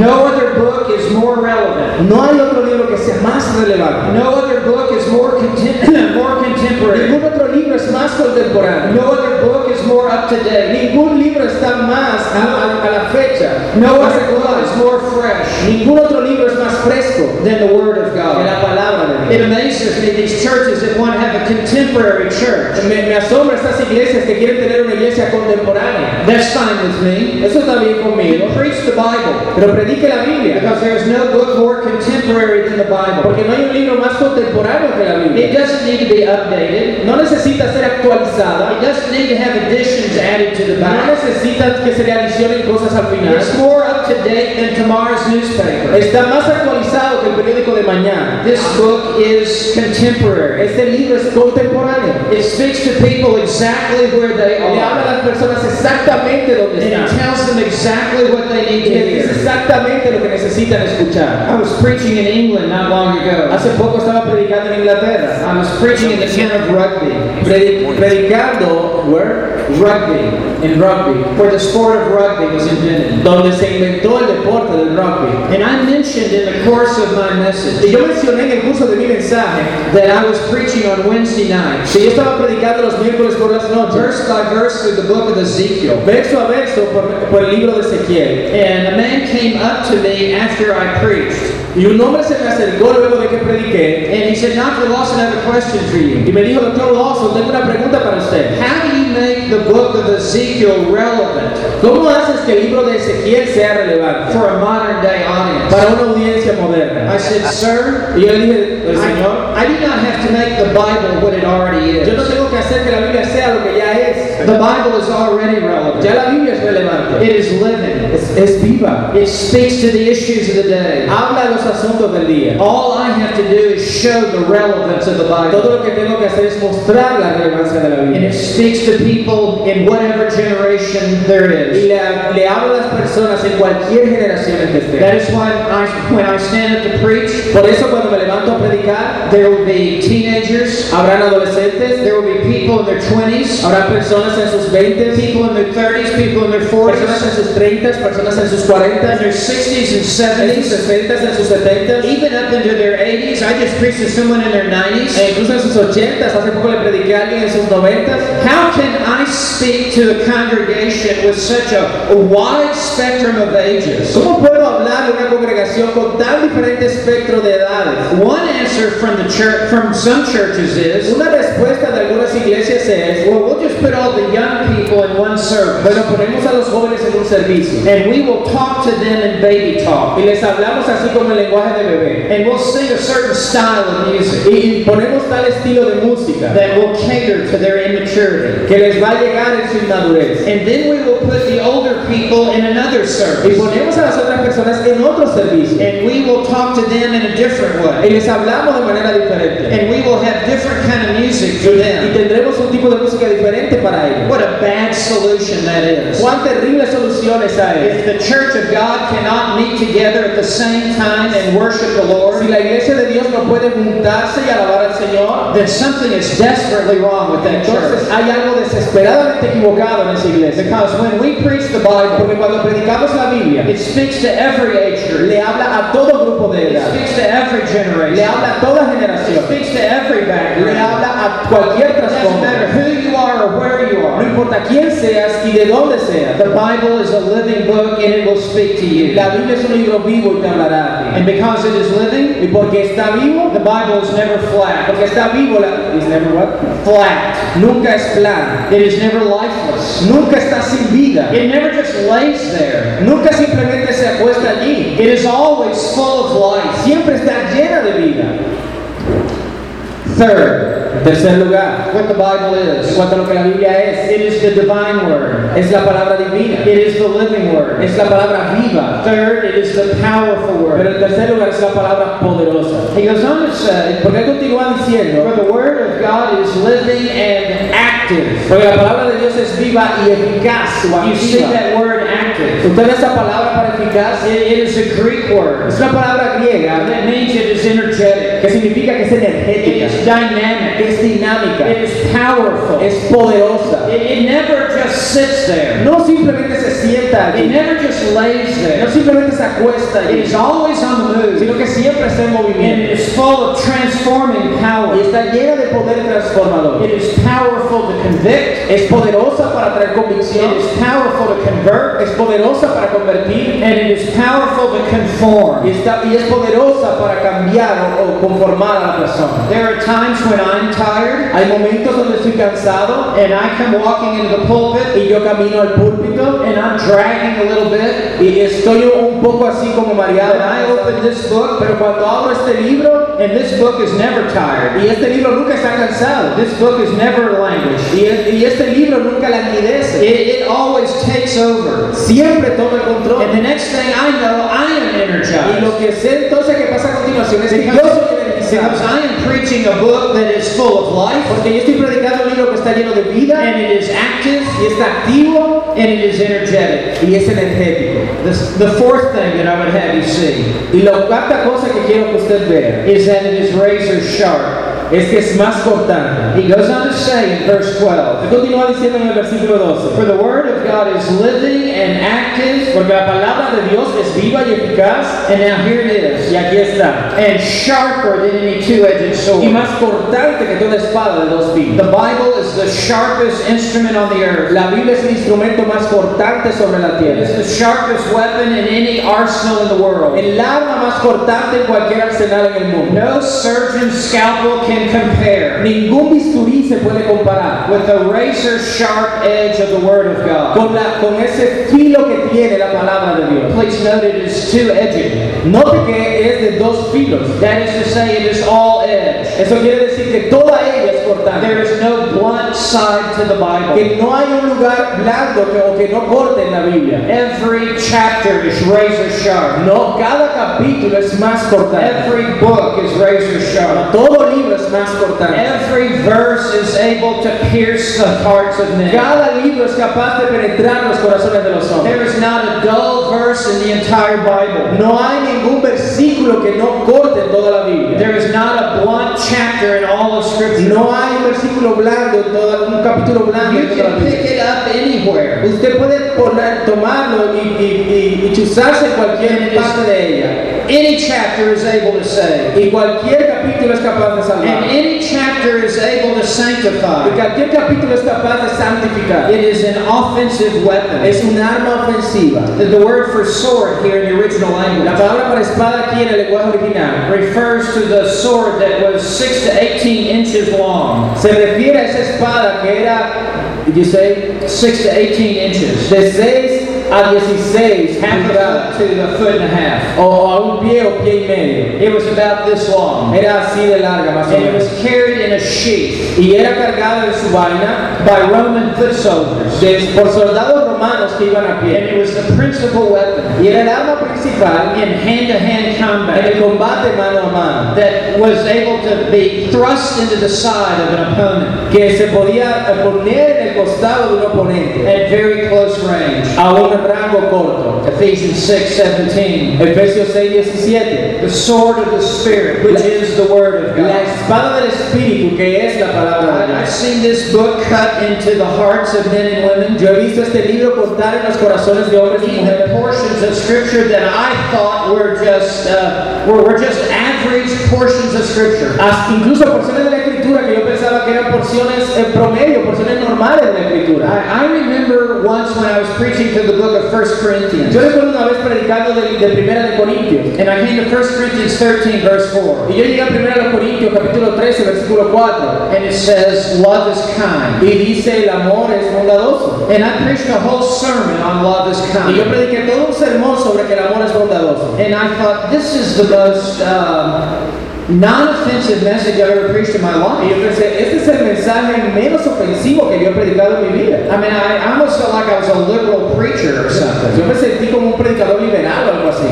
Speaker 1: No other book is more relevant.
Speaker 2: No hay otro libro que sea más relevante.
Speaker 1: No other book is more, contem- more contemporary.
Speaker 2: Ningún otro libro es más contemporáneo.
Speaker 1: No other book is more up to date.
Speaker 2: Ningún libro está más a, a- a la fecha.
Speaker 1: No
Speaker 2: más
Speaker 1: other book is
Speaker 2: actual.
Speaker 1: more fresh
Speaker 2: Ningún otro libro es más fresco
Speaker 1: than the Word of
Speaker 2: que la
Speaker 1: God.
Speaker 2: palabra de Dios.
Speaker 1: Oh. It amazes me these churches that want to have a contemporary church.
Speaker 2: Me, me asombra estas iglesias que quieren tener una iglesia contemporánea.
Speaker 1: That's fine with me.
Speaker 2: Eso está bien conmigo.
Speaker 1: You preach the Bible
Speaker 2: Pero predique la Biblia.
Speaker 1: because there is no book more contemporary than the Bible.
Speaker 2: Porque no hay un libro más contemporáneo que la Biblia.
Speaker 1: It doesn't need to be updated.
Speaker 2: No necesita ser actualizada.
Speaker 1: It doesn't need to have additions added to the
Speaker 2: No
Speaker 1: Bible.
Speaker 2: necesitas que se le adicionen cosas al final.
Speaker 1: It's more up to date than tomorrow's newspaper.
Speaker 2: Está más actualizado que el periódico de mañana.
Speaker 1: This book is contemporary.
Speaker 2: Este libro es contemporáneo.
Speaker 1: It speaks to people exactly where they
Speaker 2: Le habla a
Speaker 1: are.
Speaker 2: las personas exactamente donde
Speaker 1: And it
Speaker 2: están.
Speaker 1: tells them exactly what they need to
Speaker 2: Y les dice
Speaker 1: hear.
Speaker 2: exactamente lo que necesitan escuchar.
Speaker 1: I was preaching in England not long ago.
Speaker 2: Hace poco estaba predicando en Inglaterra.
Speaker 1: I was preaching in the town of Rugby.
Speaker 2: Predi- predicando where?
Speaker 1: Rugby,
Speaker 2: en rugby.
Speaker 1: where the sport of rugby was invented.
Speaker 2: Donde se inventó el deporte del rugby.
Speaker 1: And I mentioned in the course of my
Speaker 2: Y
Speaker 1: message
Speaker 2: yo mencioné en el curso de mi mensaje
Speaker 1: that I was preaching on Wednesday night.
Speaker 2: que yo estaba predicando los miércoles por las noches.
Speaker 1: verse by verse through the book of Ezekiel.
Speaker 2: verso a verso por, por el libro de Ezequiel.
Speaker 1: And a man came up to me after I preached,
Speaker 2: Y un hombre se me acercó luego de que prediqué
Speaker 1: and he said, Dr. Lawson, I have a question for
Speaker 2: y
Speaker 1: you.
Speaker 2: me dijo, doctor Lawson, tengo una pregunta para usted.
Speaker 1: How do you make the book of Ezekiel relevant
Speaker 2: ¿Cómo haces que el libro de Ezequiel sea relevante
Speaker 1: for a modern day audience?
Speaker 2: para una audiencia moderna?
Speaker 1: I said, Sir,
Speaker 2: Y yo le dije,
Speaker 1: I,
Speaker 2: "El Señor,
Speaker 1: I do not have to make the Bible what it already
Speaker 2: yo no
Speaker 1: is.
Speaker 2: tengo que hacer que la Biblia sea lo que ya es.
Speaker 1: The Bible is already relevant,
Speaker 2: Ya la Biblia es relevante.
Speaker 1: it is living,
Speaker 2: Es, es viva.
Speaker 1: it speaks to the issues of the day.
Speaker 2: Habla de los asuntos del día.
Speaker 1: All I have to do is show the relevance of the Bible.
Speaker 2: Todo lo que tengo que hacer es mostrar la relevancia de la
Speaker 1: And it
Speaker 2: Biblia.
Speaker 1: speaks to people in whatever generation there
Speaker 2: Y
Speaker 1: is.
Speaker 2: le, le hablo a las personas en cualquier generación en que
Speaker 1: That
Speaker 2: estén.
Speaker 1: is why I, when I stand up to preach,
Speaker 2: Por eso cuando me levanto a predicar,
Speaker 1: there will be teenagers,
Speaker 2: habrán adolescentes,
Speaker 1: there will be people in their 20s,
Speaker 2: Habrá personas en sus 20,
Speaker 1: people in their 30s, people in their
Speaker 2: personas
Speaker 1: 40s,
Speaker 2: en sus 30, personas en sus
Speaker 1: in
Speaker 2: 40,
Speaker 1: their 60s
Speaker 2: en
Speaker 1: and
Speaker 2: sus
Speaker 1: 70s,
Speaker 2: 60, en sus 70, e
Speaker 1: even up into their 80s. I just preached to someone in their 90s.
Speaker 2: incluso en sus 80. Hace poco le prediqué a alguien en sus 90.
Speaker 1: How can I speak to a congregation with such a wide spectrum of ages?
Speaker 2: ¿Cómo puedo hablar de una congregación con tan diferente espectro de edades?
Speaker 1: One answer from the church, from some churches is,
Speaker 2: Una respuesta de algunas iglesias es,
Speaker 1: Well, we'll just put all the young people in one service,
Speaker 2: bueno, ponemos a los jóvenes en un servicio
Speaker 1: and we will talk to them in baby talk,
Speaker 2: y les hablamos así como el lenguaje de bebé
Speaker 1: and we'll sing a certain style of music
Speaker 2: y ponemos tal estilo de música
Speaker 1: that will cater to their immaturity.
Speaker 2: que les va a llegar en su inmadurez.
Speaker 1: And then we will put the older people in another
Speaker 2: Y
Speaker 1: service,
Speaker 2: ponemos a las otras personas en otro servicio.
Speaker 1: and we will talk to them in a different
Speaker 2: y
Speaker 1: way,
Speaker 2: les hablamos de manera diferente.
Speaker 1: and we will have different kind of music for
Speaker 2: Y
Speaker 1: them.
Speaker 2: tendremos un tipo de música diferente para ellos.
Speaker 1: What a bad solution that is.
Speaker 2: ¿Cuán terrible solución es a él?
Speaker 1: If the church of God cannot meet together at the same time and worship the
Speaker 2: Si
Speaker 1: Lord,
Speaker 2: la iglesia de Dios no puede juntarse y alabar al Señor,
Speaker 1: then something is desperately wrong with that church.
Speaker 2: entonces hay algo desesperadamente equivocado en esa iglesia.
Speaker 1: Because when we preach the Bible,
Speaker 2: Porque cuando predicamos la Biblia,
Speaker 1: it speaks to every age group.
Speaker 2: le habla a todo grupo de
Speaker 1: It
Speaker 2: edad,
Speaker 1: speaks to every
Speaker 2: le
Speaker 1: generation.
Speaker 2: habla a toda
Speaker 1: It
Speaker 2: generación,
Speaker 1: speaks to every
Speaker 2: le
Speaker 1: background.
Speaker 2: habla a cualquier
Speaker 1: It doesn't
Speaker 2: trasfondo.
Speaker 1: matter who you are or where you
Speaker 2: No
Speaker 1: are,
Speaker 2: importa quién seas y de dónde seas.
Speaker 1: the Bible is a living book and it will speak to you.
Speaker 2: La Biblia es un libro vivo y te hablará a ti.
Speaker 1: And because it is living,
Speaker 2: Y porque está vivo,
Speaker 1: the Bible is never flat.
Speaker 2: porque está vivo, la, is never what?
Speaker 1: Flat.
Speaker 2: nunca es plana,
Speaker 1: It is never lifeless.
Speaker 2: nunca está sin vida,
Speaker 1: It never just lays there.
Speaker 2: nunca simplemente se acuesta allí.
Speaker 1: It is always full of life.
Speaker 2: Siempre está llena de vida.
Speaker 1: Third,
Speaker 2: En tercer lugar,
Speaker 1: what the Bible
Speaker 2: en
Speaker 1: is.
Speaker 2: cuanto a lo que la Biblia es,
Speaker 1: It is the divine word.
Speaker 2: es la palabra divina,
Speaker 1: It is the living word.
Speaker 2: es la palabra viva,
Speaker 1: Third, it is the powerful
Speaker 2: pero
Speaker 1: word.
Speaker 2: en tercer lugar es la palabra poderosa.
Speaker 1: He goes on to say,
Speaker 2: Porque él continúa diciendo,
Speaker 1: For the word of God is living and active.
Speaker 2: porque la palabra de Dios es viva y eficaz o
Speaker 1: You see
Speaker 2: activa.
Speaker 1: that word active.
Speaker 2: Usted ve esa palabra para eficaz,
Speaker 1: It- it is a Greek word.
Speaker 2: es una palabra griega
Speaker 1: That means it is energetic.
Speaker 2: que significa que es
Speaker 1: It is
Speaker 2: energética,
Speaker 1: dynamic.
Speaker 2: que es dinámica,
Speaker 1: It is powerful. It,
Speaker 2: es poderosa.
Speaker 1: it never just sits there.
Speaker 2: No simplemente se sienta
Speaker 1: It
Speaker 2: allí,
Speaker 1: never just lays
Speaker 2: no
Speaker 1: there.
Speaker 2: simplemente se acuesta
Speaker 1: It
Speaker 2: allí,
Speaker 1: is always on the move.
Speaker 2: sino que siempre está en
Speaker 1: And
Speaker 2: movimiento
Speaker 1: it is full of transforming
Speaker 2: y
Speaker 1: power.
Speaker 2: está llena de poder transformador.
Speaker 1: It is powerful to convict.
Speaker 2: Es poderosa para traer convicción,
Speaker 1: It is powerful to convert.
Speaker 2: es poderosa para convertir
Speaker 1: And it is powerful to
Speaker 2: y,
Speaker 1: conform.
Speaker 2: está, y es poderosa para cambiar o, o conformar a la persona.
Speaker 1: There are times when I'm tired
Speaker 2: Hay momentos donde estoy cansado
Speaker 1: and I come walking into the pulpit
Speaker 2: y yo camino al púlpito
Speaker 1: and I'm dragging a little bit.
Speaker 2: y estoy un poco así como mareado.
Speaker 1: And I open this book
Speaker 2: Pero cuando abro este libro,
Speaker 1: and this book is never tired.
Speaker 2: y este libro nunca está cansado,
Speaker 1: This book is never languished.
Speaker 2: y, es- y este libro nunca languidece.
Speaker 1: It, it always takes over.
Speaker 2: siempre toma el control.
Speaker 1: And the next thing I know, I am
Speaker 2: Y
Speaker 1: energized.
Speaker 2: lo que sé entonces que pasa a continuación es que yo soy
Speaker 1: Because
Speaker 2: energizado.
Speaker 1: I am preaching a book that is full of life,
Speaker 2: Porque yo estoy predicando un libro que está lleno de vida
Speaker 1: and it is active,
Speaker 2: y está activo
Speaker 1: and it is energetic.
Speaker 2: y es energético.
Speaker 1: The, the fourth thing that I would have you see
Speaker 2: Y lo cuarta cosa que quiero que usted vea
Speaker 1: is that it is razor sharp.
Speaker 2: es que es más cortante.
Speaker 1: He goes on to say in verse 12,
Speaker 2: Él Continúa diciendo en el versículo 12.
Speaker 1: For the word of God is living and active,
Speaker 2: Porque la palabra de Dios es viva y eficaz
Speaker 1: and now here it
Speaker 2: y
Speaker 1: is,
Speaker 2: aquí está.
Speaker 1: and sharper than any two-edged
Speaker 2: Y
Speaker 1: sword.
Speaker 2: más cortante que toda espada de dos filos.
Speaker 1: The Bible is the sharpest instrument on the earth.
Speaker 2: La Biblia es el instrumento más cortante sobre la
Speaker 1: It
Speaker 2: tierra.
Speaker 1: is the sharpest weapon in any arsenal in the world.
Speaker 2: El arma más cortante en cualquier arsenal en el mundo.
Speaker 1: No surgeon's scalpel can compare
Speaker 2: Ningún bisturí se puede comparar
Speaker 1: with the razor sharp edge of the Word of God.
Speaker 2: con, la, con ese filo que tiene la palabra de Dios.
Speaker 1: Please note it is two edged.
Speaker 2: Note que es de dos filos.
Speaker 1: That is to say, it is all edge.
Speaker 2: Eso quiere decir que toda ella es cortante.
Speaker 1: There is no blunt side to the Bible.
Speaker 2: Que no hay un lugar blando que, o que no corte en la Biblia.
Speaker 1: Every chapter is razor sharp.
Speaker 2: No, cada capítulo es más cortante.
Speaker 1: Every book is razor sharp.
Speaker 2: Todo libro es más cortante.
Speaker 1: Every verse is able to pierce the hearts of men.
Speaker 2: Cada libro es capaz de penetrar los corazones de los hombres.
Speaker 1: There is not a dull verse in the entire Bible.
Speaker 2: No hay ningún versículo que no corte en toda la Biblia.
Speaker 1: There is not a blunt chapter in all of Scripture.
Speaker 2: No hay un versículo blando, en toda- un capítulo blando.
Speaker 1: You
Speaker 2: en toda la
Speaker 1: can
Speaker 2: Biblia.
Speaker 1: pick it up anywhere.
Speaker 2: Usted puede poner- tomarlo y, y, y- y chuzarse en cualquier parte de ella.
Speaker 1: Any chapter is able to save.
Speaker 2: Y cualquier capítulo es capaz de
Speaker 1: And
Speaker 2: salvar.
Speaker 1: any chapter is able to
Speaker 2: Y
Speaker 1: sanctify.
Speaker 2: cualquier capítulo es capaz de santificar.
Speaker 1: It is an offensive weapon.
Speaker 2: Es un arma ofensiva.
Speaker 1: The, the word for sword here in the original
Speaker 2: La
Speaker 1: language
Speaker 2: palabra para espada aquí en el lenguaje original
Speaker 1: refers to the sword that was 6 to 18 inches long.
Speaker 2: se refiere a esa espada que era, you say,
Speaker 1: 6 to 18 inches.
Speaker 2: de 6 a 16
Speaker 1: Half
Speaker 2: pulgadas,
Speaker 1: a foot to a foot and a half.
Speaker 2: o a un pie o pie y medio.
Speaker 1: It was about this long.
Speaker 2: Era así de larga más o
Speaker 1: And it
Speaker 2: menos.
Speaker 1: was carried in a sheath
Speaker 2: Y era cargado en su vaina
Speaker 1: by Roman foot soldiers.
Speaker 2: de- por soldados romanos que iban
Speaker 1: And
Speaker 2: a pie.
Speaker 1: it was the principal weapon
Speaker 2: Y era el arma principal
Speaker 1: in hand-to-hand
Speaker 2: en
Speaker 1: combat.
Speaker 2: el combate mano a mano,
Speaker 1: that was able to be thrust into the side of an opponent
Speaker 2: que se podía poner en el costado de un oponente
Speaker 1: at very close range.
Speaker 2: a un rango corto.
Speaker 1: Ephesians 6 17.
Speaker 2: Efesios 6, 17.
Speaker 1: The sword of the Spirit, which is the Word of
Speaker 2: La
Speaker 1: God.
Speaker 2: espada del Espíritu, que es la palabra de
Speaker 1: I- uh, I've
Speaker 2: Dios.
Speaker 1: seen this book cut into the hearts of men and women,
Speaker 2: Yo he visto este libro cortar en los corazones de hombres y
Speaker 1: even
Speaker 2: mujeres
Speaker 1: portions of Scripture that I thought were just uh, were, were just average portions of Scripture.
Speaker 2: hasta incluso porciones de la escritura que yo pensaba que eran porciones en promedio, mal en la escritura.
Speaker 1: I, I remember once when I was preaching through the book of 1 Corinthians,
Speaker 2: Yo recuerdo una vez predicando de, de Primera de Corintios.
Speaker 1: and I came to 1 Corinthians 13, verse 4,
Speaker 2: Y yo llegué a Primera de Corintios, capítulo 13, versículo 4.
Speaker 1: and it says, Love is kind.
Speaker 2: Y dice, el amor es bondadoso.
Speaker 1: And I preached a whole sermon on love is
Speaker 2: Y yo
Speaker 1: kind.
Speaker 2: prediqué todo un sermón sobre que el amor es bondadoso.
Speaker 1: And I thought, this is the most um, non offensive message I've ever preached in my
Speaker 2: Y
Speaker 1: life.
Speaker 2: yo pensé, este es el mensaje menos ofensivo que yo he predicado en mi vida.
Speaker 1: I mean, I I almost felt like I was a liberal preacher or something.
Speaker 2: Yo me sentí como un predicador liberal o algo así.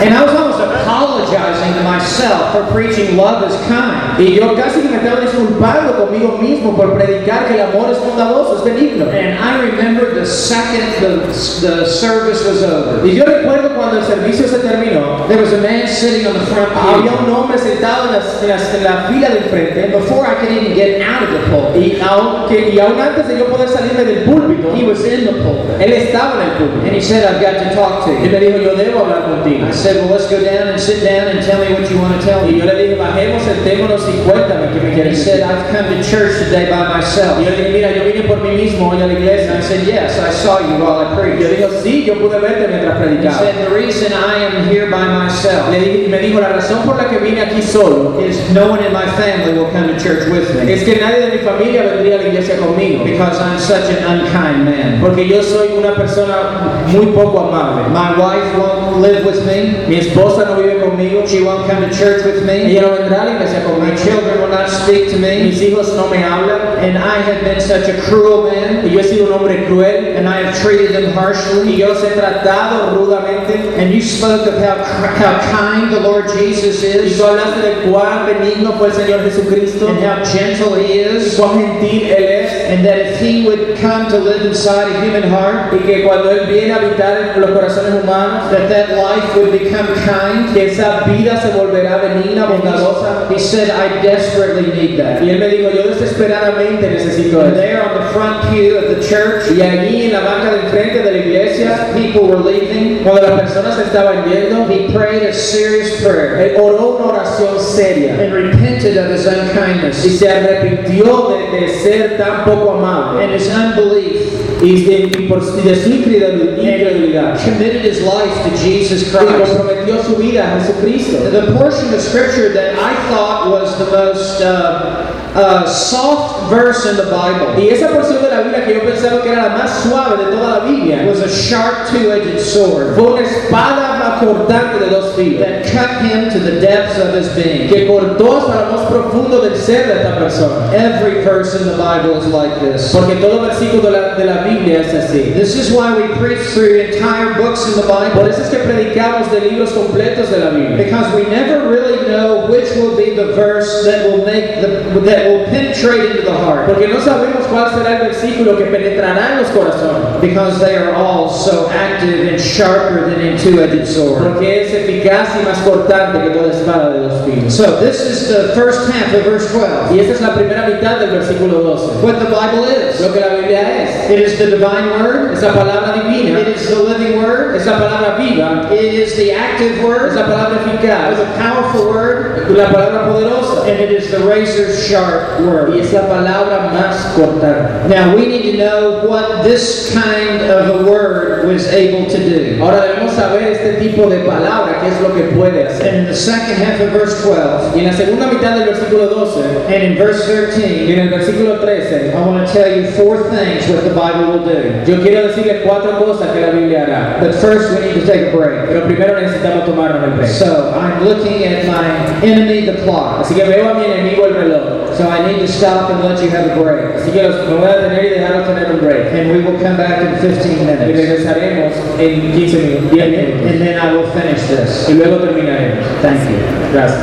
Speaker 1: And I was almost apologizing to myself for preaching love is kind.
Speaker 2: Y yo casi que me estaba disculpando conmigo mismo por predicar que el amor es bondadoso, es benigno.
Speaker 1: And I remember the second the, the service was over,
Speaker 2: Y yo recuerdo cuando el servicio se terminó,
Speaker 1: there was a man sitting on the front
Speaker 2: había
Speaker 1: pew.
Speaker 2: un hombre sentado en las- en las- en la, fila del frente. ¿no?
Speaker 1: Before I could even get out of the pulpit,
Speaker 2: Y aunque y aún antes de yo poder salirme del púlpito,
Speaker 1: he was in the pulpit.
Speaker 2: él estaba en el
Speaker 1: And
Speaker 2: púlpito.
Speaker 1: he said, I've got to talk to
Speaker 2: Y
Speaker 1: you.
Speaker 2: me dijo, yo debo hablar contigo.
Speaker 1: I said, Well, let's go down and sit down and tell me what you want to tell
Speaker 2: Y
Speaker 1: me.
Speaker 2: yo le dije, bajemos, sentémonos y cuéntame qué me
Speaker 1: And he
Speaker 2: quieres
Speaker 1: said,
Speaker 2: decir.
Speaker 1: I've come to church today by
Speaker 2: Y
Speaker 1: myself.
Speaker 2: yo le dije, mira, yo vine por mí mismo hoy a la
Speaker 1: And I
Speaker 2: iglesia.
Speaker 1: said, Yes, I saw you while I
Speaker 2: Y yo
Speaker 1: preached.
Speaker 2: digo, sí, yo pude verte mientras
Speaker 1: He
Speaker 2: predicaba.
Speaker 1: said, The reason I am here by
Speaker 2: Le
Speaker 1: myself
Speaker 2: di- me dijo, la razón por la que vine aquí solo
Speaker 1: is no one in my family will come to church with me
Speaker 2: es que nadie de mi familia vendría a la iglesia conmigo.
Speaker 1: because I'm such an unkind man.
Speaker 2: Porque yo soy una persona muy poco amable.
Speaker 1: My wife won't live with me.
Speaker 2: Mi esposa no vive conmigo.
Speaker 1: She won't come to church with me.
Speaker 2: Ella no vendrá a la iglesia
Speaker 1: My
Speaker 2: conmigo.
Speaker 1: children will not speak to me.
Speaker 2: Mis hijos no me hablan.
Speaker 1: And I have been such a cruel man.
Speaker 2: Y yo he sido un hombre cruel.
Speaker 1: And I have treated them harshly.
Speaker 2: Y yo los he tratado rudamente.
Speaker 1: And you spoke of how, how kind the Lord Jesus
Speaker 2: Y
Speaker 1: is
Speaker 2: tú hablaste de cuán benigno fue el Señor Jesucristo.
Speaker 1: and how gentle He
Speaker 2: Y
Speaker 1: is.
Speaker 2: cuán gentil Él es.
Speaker 1: And that if He would come to live inside a human heart,
Speaker 2: y que cuando Él viene a habitar en los corazones humanos,
Speaker 1: that that life would become kind.
Speaker 2: que esa vida se volverá benigna, bondadosa.
Speaker 1: And he, he said, I desperately need that.
Speaker 2: Y Él me dijo, yo desesperadamente necesito
Speaker 1: And
Speaker 2: eso.
Speaker 1: there on the front pew of the church,
Speaker 2: Y allí en la banca del frente de la iglesia,
Speaker 1: people were leaving.
Speaker 2: cuando las personas se estaban yendo,
Speaker 1: He prayed a serious prayer.
Speaker 2: Él oró una oración seria
Speaker 1: and repented of his
Speaker 2: y
Speaker 1: unkindness
Speaker 2: se arrepintió de, de ser tan poco amable
Speaker 1: and his unbelief
Speaker 2: y de, y por- y de su incredul- incredulidad.
Speaker 1: committed his life to Jesus
Speaker 2: Y
Speaker 1: Christ.
Speaker 2: comprometió su vida a Jesucristo.
Speaker 1: The portion of scripture that I thought was the most uh, uh, soft verse in the Bible
Speaker 2: Y esa porción de la Biblia que yo pensaba que era la más suave de toda la Biblia,
Speaker 1: was a sharp two edged sword
Speaker 2: Fue una espada más cortante de dos filos
Speaker 1: that cut him to the depths of his being.
Speaker 2: que cortó hasta lo más profundo del ser de esta persona.
Speaker 1: Every verse in the Bible is like this.
Speaker 2: Porque todo versículo de la, de la Biblia es así.
Speaker 1: This is why we preach through entire books in the
Speaker 2: Por
Speaker 1: Bible
Speaker 2: eso es que predicamos de libros completos de la Biblia.
Speaker 1: because we never really know which will be the verse that will make the, that will penetrate into the heart.
Speaker 2: Porque no sabemos cuál será el versículo que penetrará en los corazones.
Speaker 1: Because they are all so active and sharper than a two-edged sword.
Speaker 2: Porque es eficaz y más cortante que toda espada de dos filos.
Speaker 1: So this is the first half of verse 12.
Speaker 2: Y esta es la primera mitad del versículo 12.
Speaker 1: What the Bible is.
Speaker 2: Lo que la Biblia es.
Speaker 1: It is the divine word.
Speaker 2: Esa palabra divina.
Speaker 1: It is the living word.
Speaker 2: Esa palabra viva.
Speaker 1: It is the active
Speaker 2: Esa
Speaker 1: word.
Speaker 2: palabra
Speaker 1: It is
Speaker 2: eficaz.
Speaker 1: a powerful word.
Speaker 2: La palabra poderosa.
Speaker 1: And it is the razor-sharp
Speaker 2: Y
Speaker 1: word.
Speaker 2: es la palabra más cortante.
Speaker 1: Now we need to know what this kind of a word was able to do.
Speaker 2: Ahora debemos saber este tipo de palabra, qué es lo que puede hacer.
Speaker 1: And in the second half of verse 12
Speaker 2: Y en la segunda mitad del versículo 12
Speaker 1: and in verse
Speaker 2: y
Speaker 1: 13,
Speaker 2: en el versículo 13,
Speaker 1: I want to tell you four things what the Bible will do.
Speaker 2: yo quiero decirles cuatro cosas que la Biblia hará.
Speaker 1: But first, we need to take a break.
Speaker 2: Pero primero necesitamos tomarnos el break.
Speaker 1: So I'm looking at my enemy, the clock.
Speaker 2: Así que veo a mi enemigo el reloj.
Speaker 1: So I need to stop and let you have a break.
Speaker 2: Así que los, me voy a detener y dejaros tener un break.
Speaker 1: And we will come back in 15
Speaker 2: Y
Speaker 1: minutes.
Speaker 2: regresaremos en 15 minutos, 10
Speaker 1: And
Speaker 2: minutos.
Speaker 1: and then I will finish this.
Speaker 2: Y luego terminaremos.
Speaker 1: Thank you.
Speaker 2: Gracias.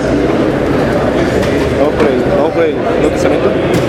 Speaker 3: Vamos por ahí, vamos por ahí. ¿No te salió?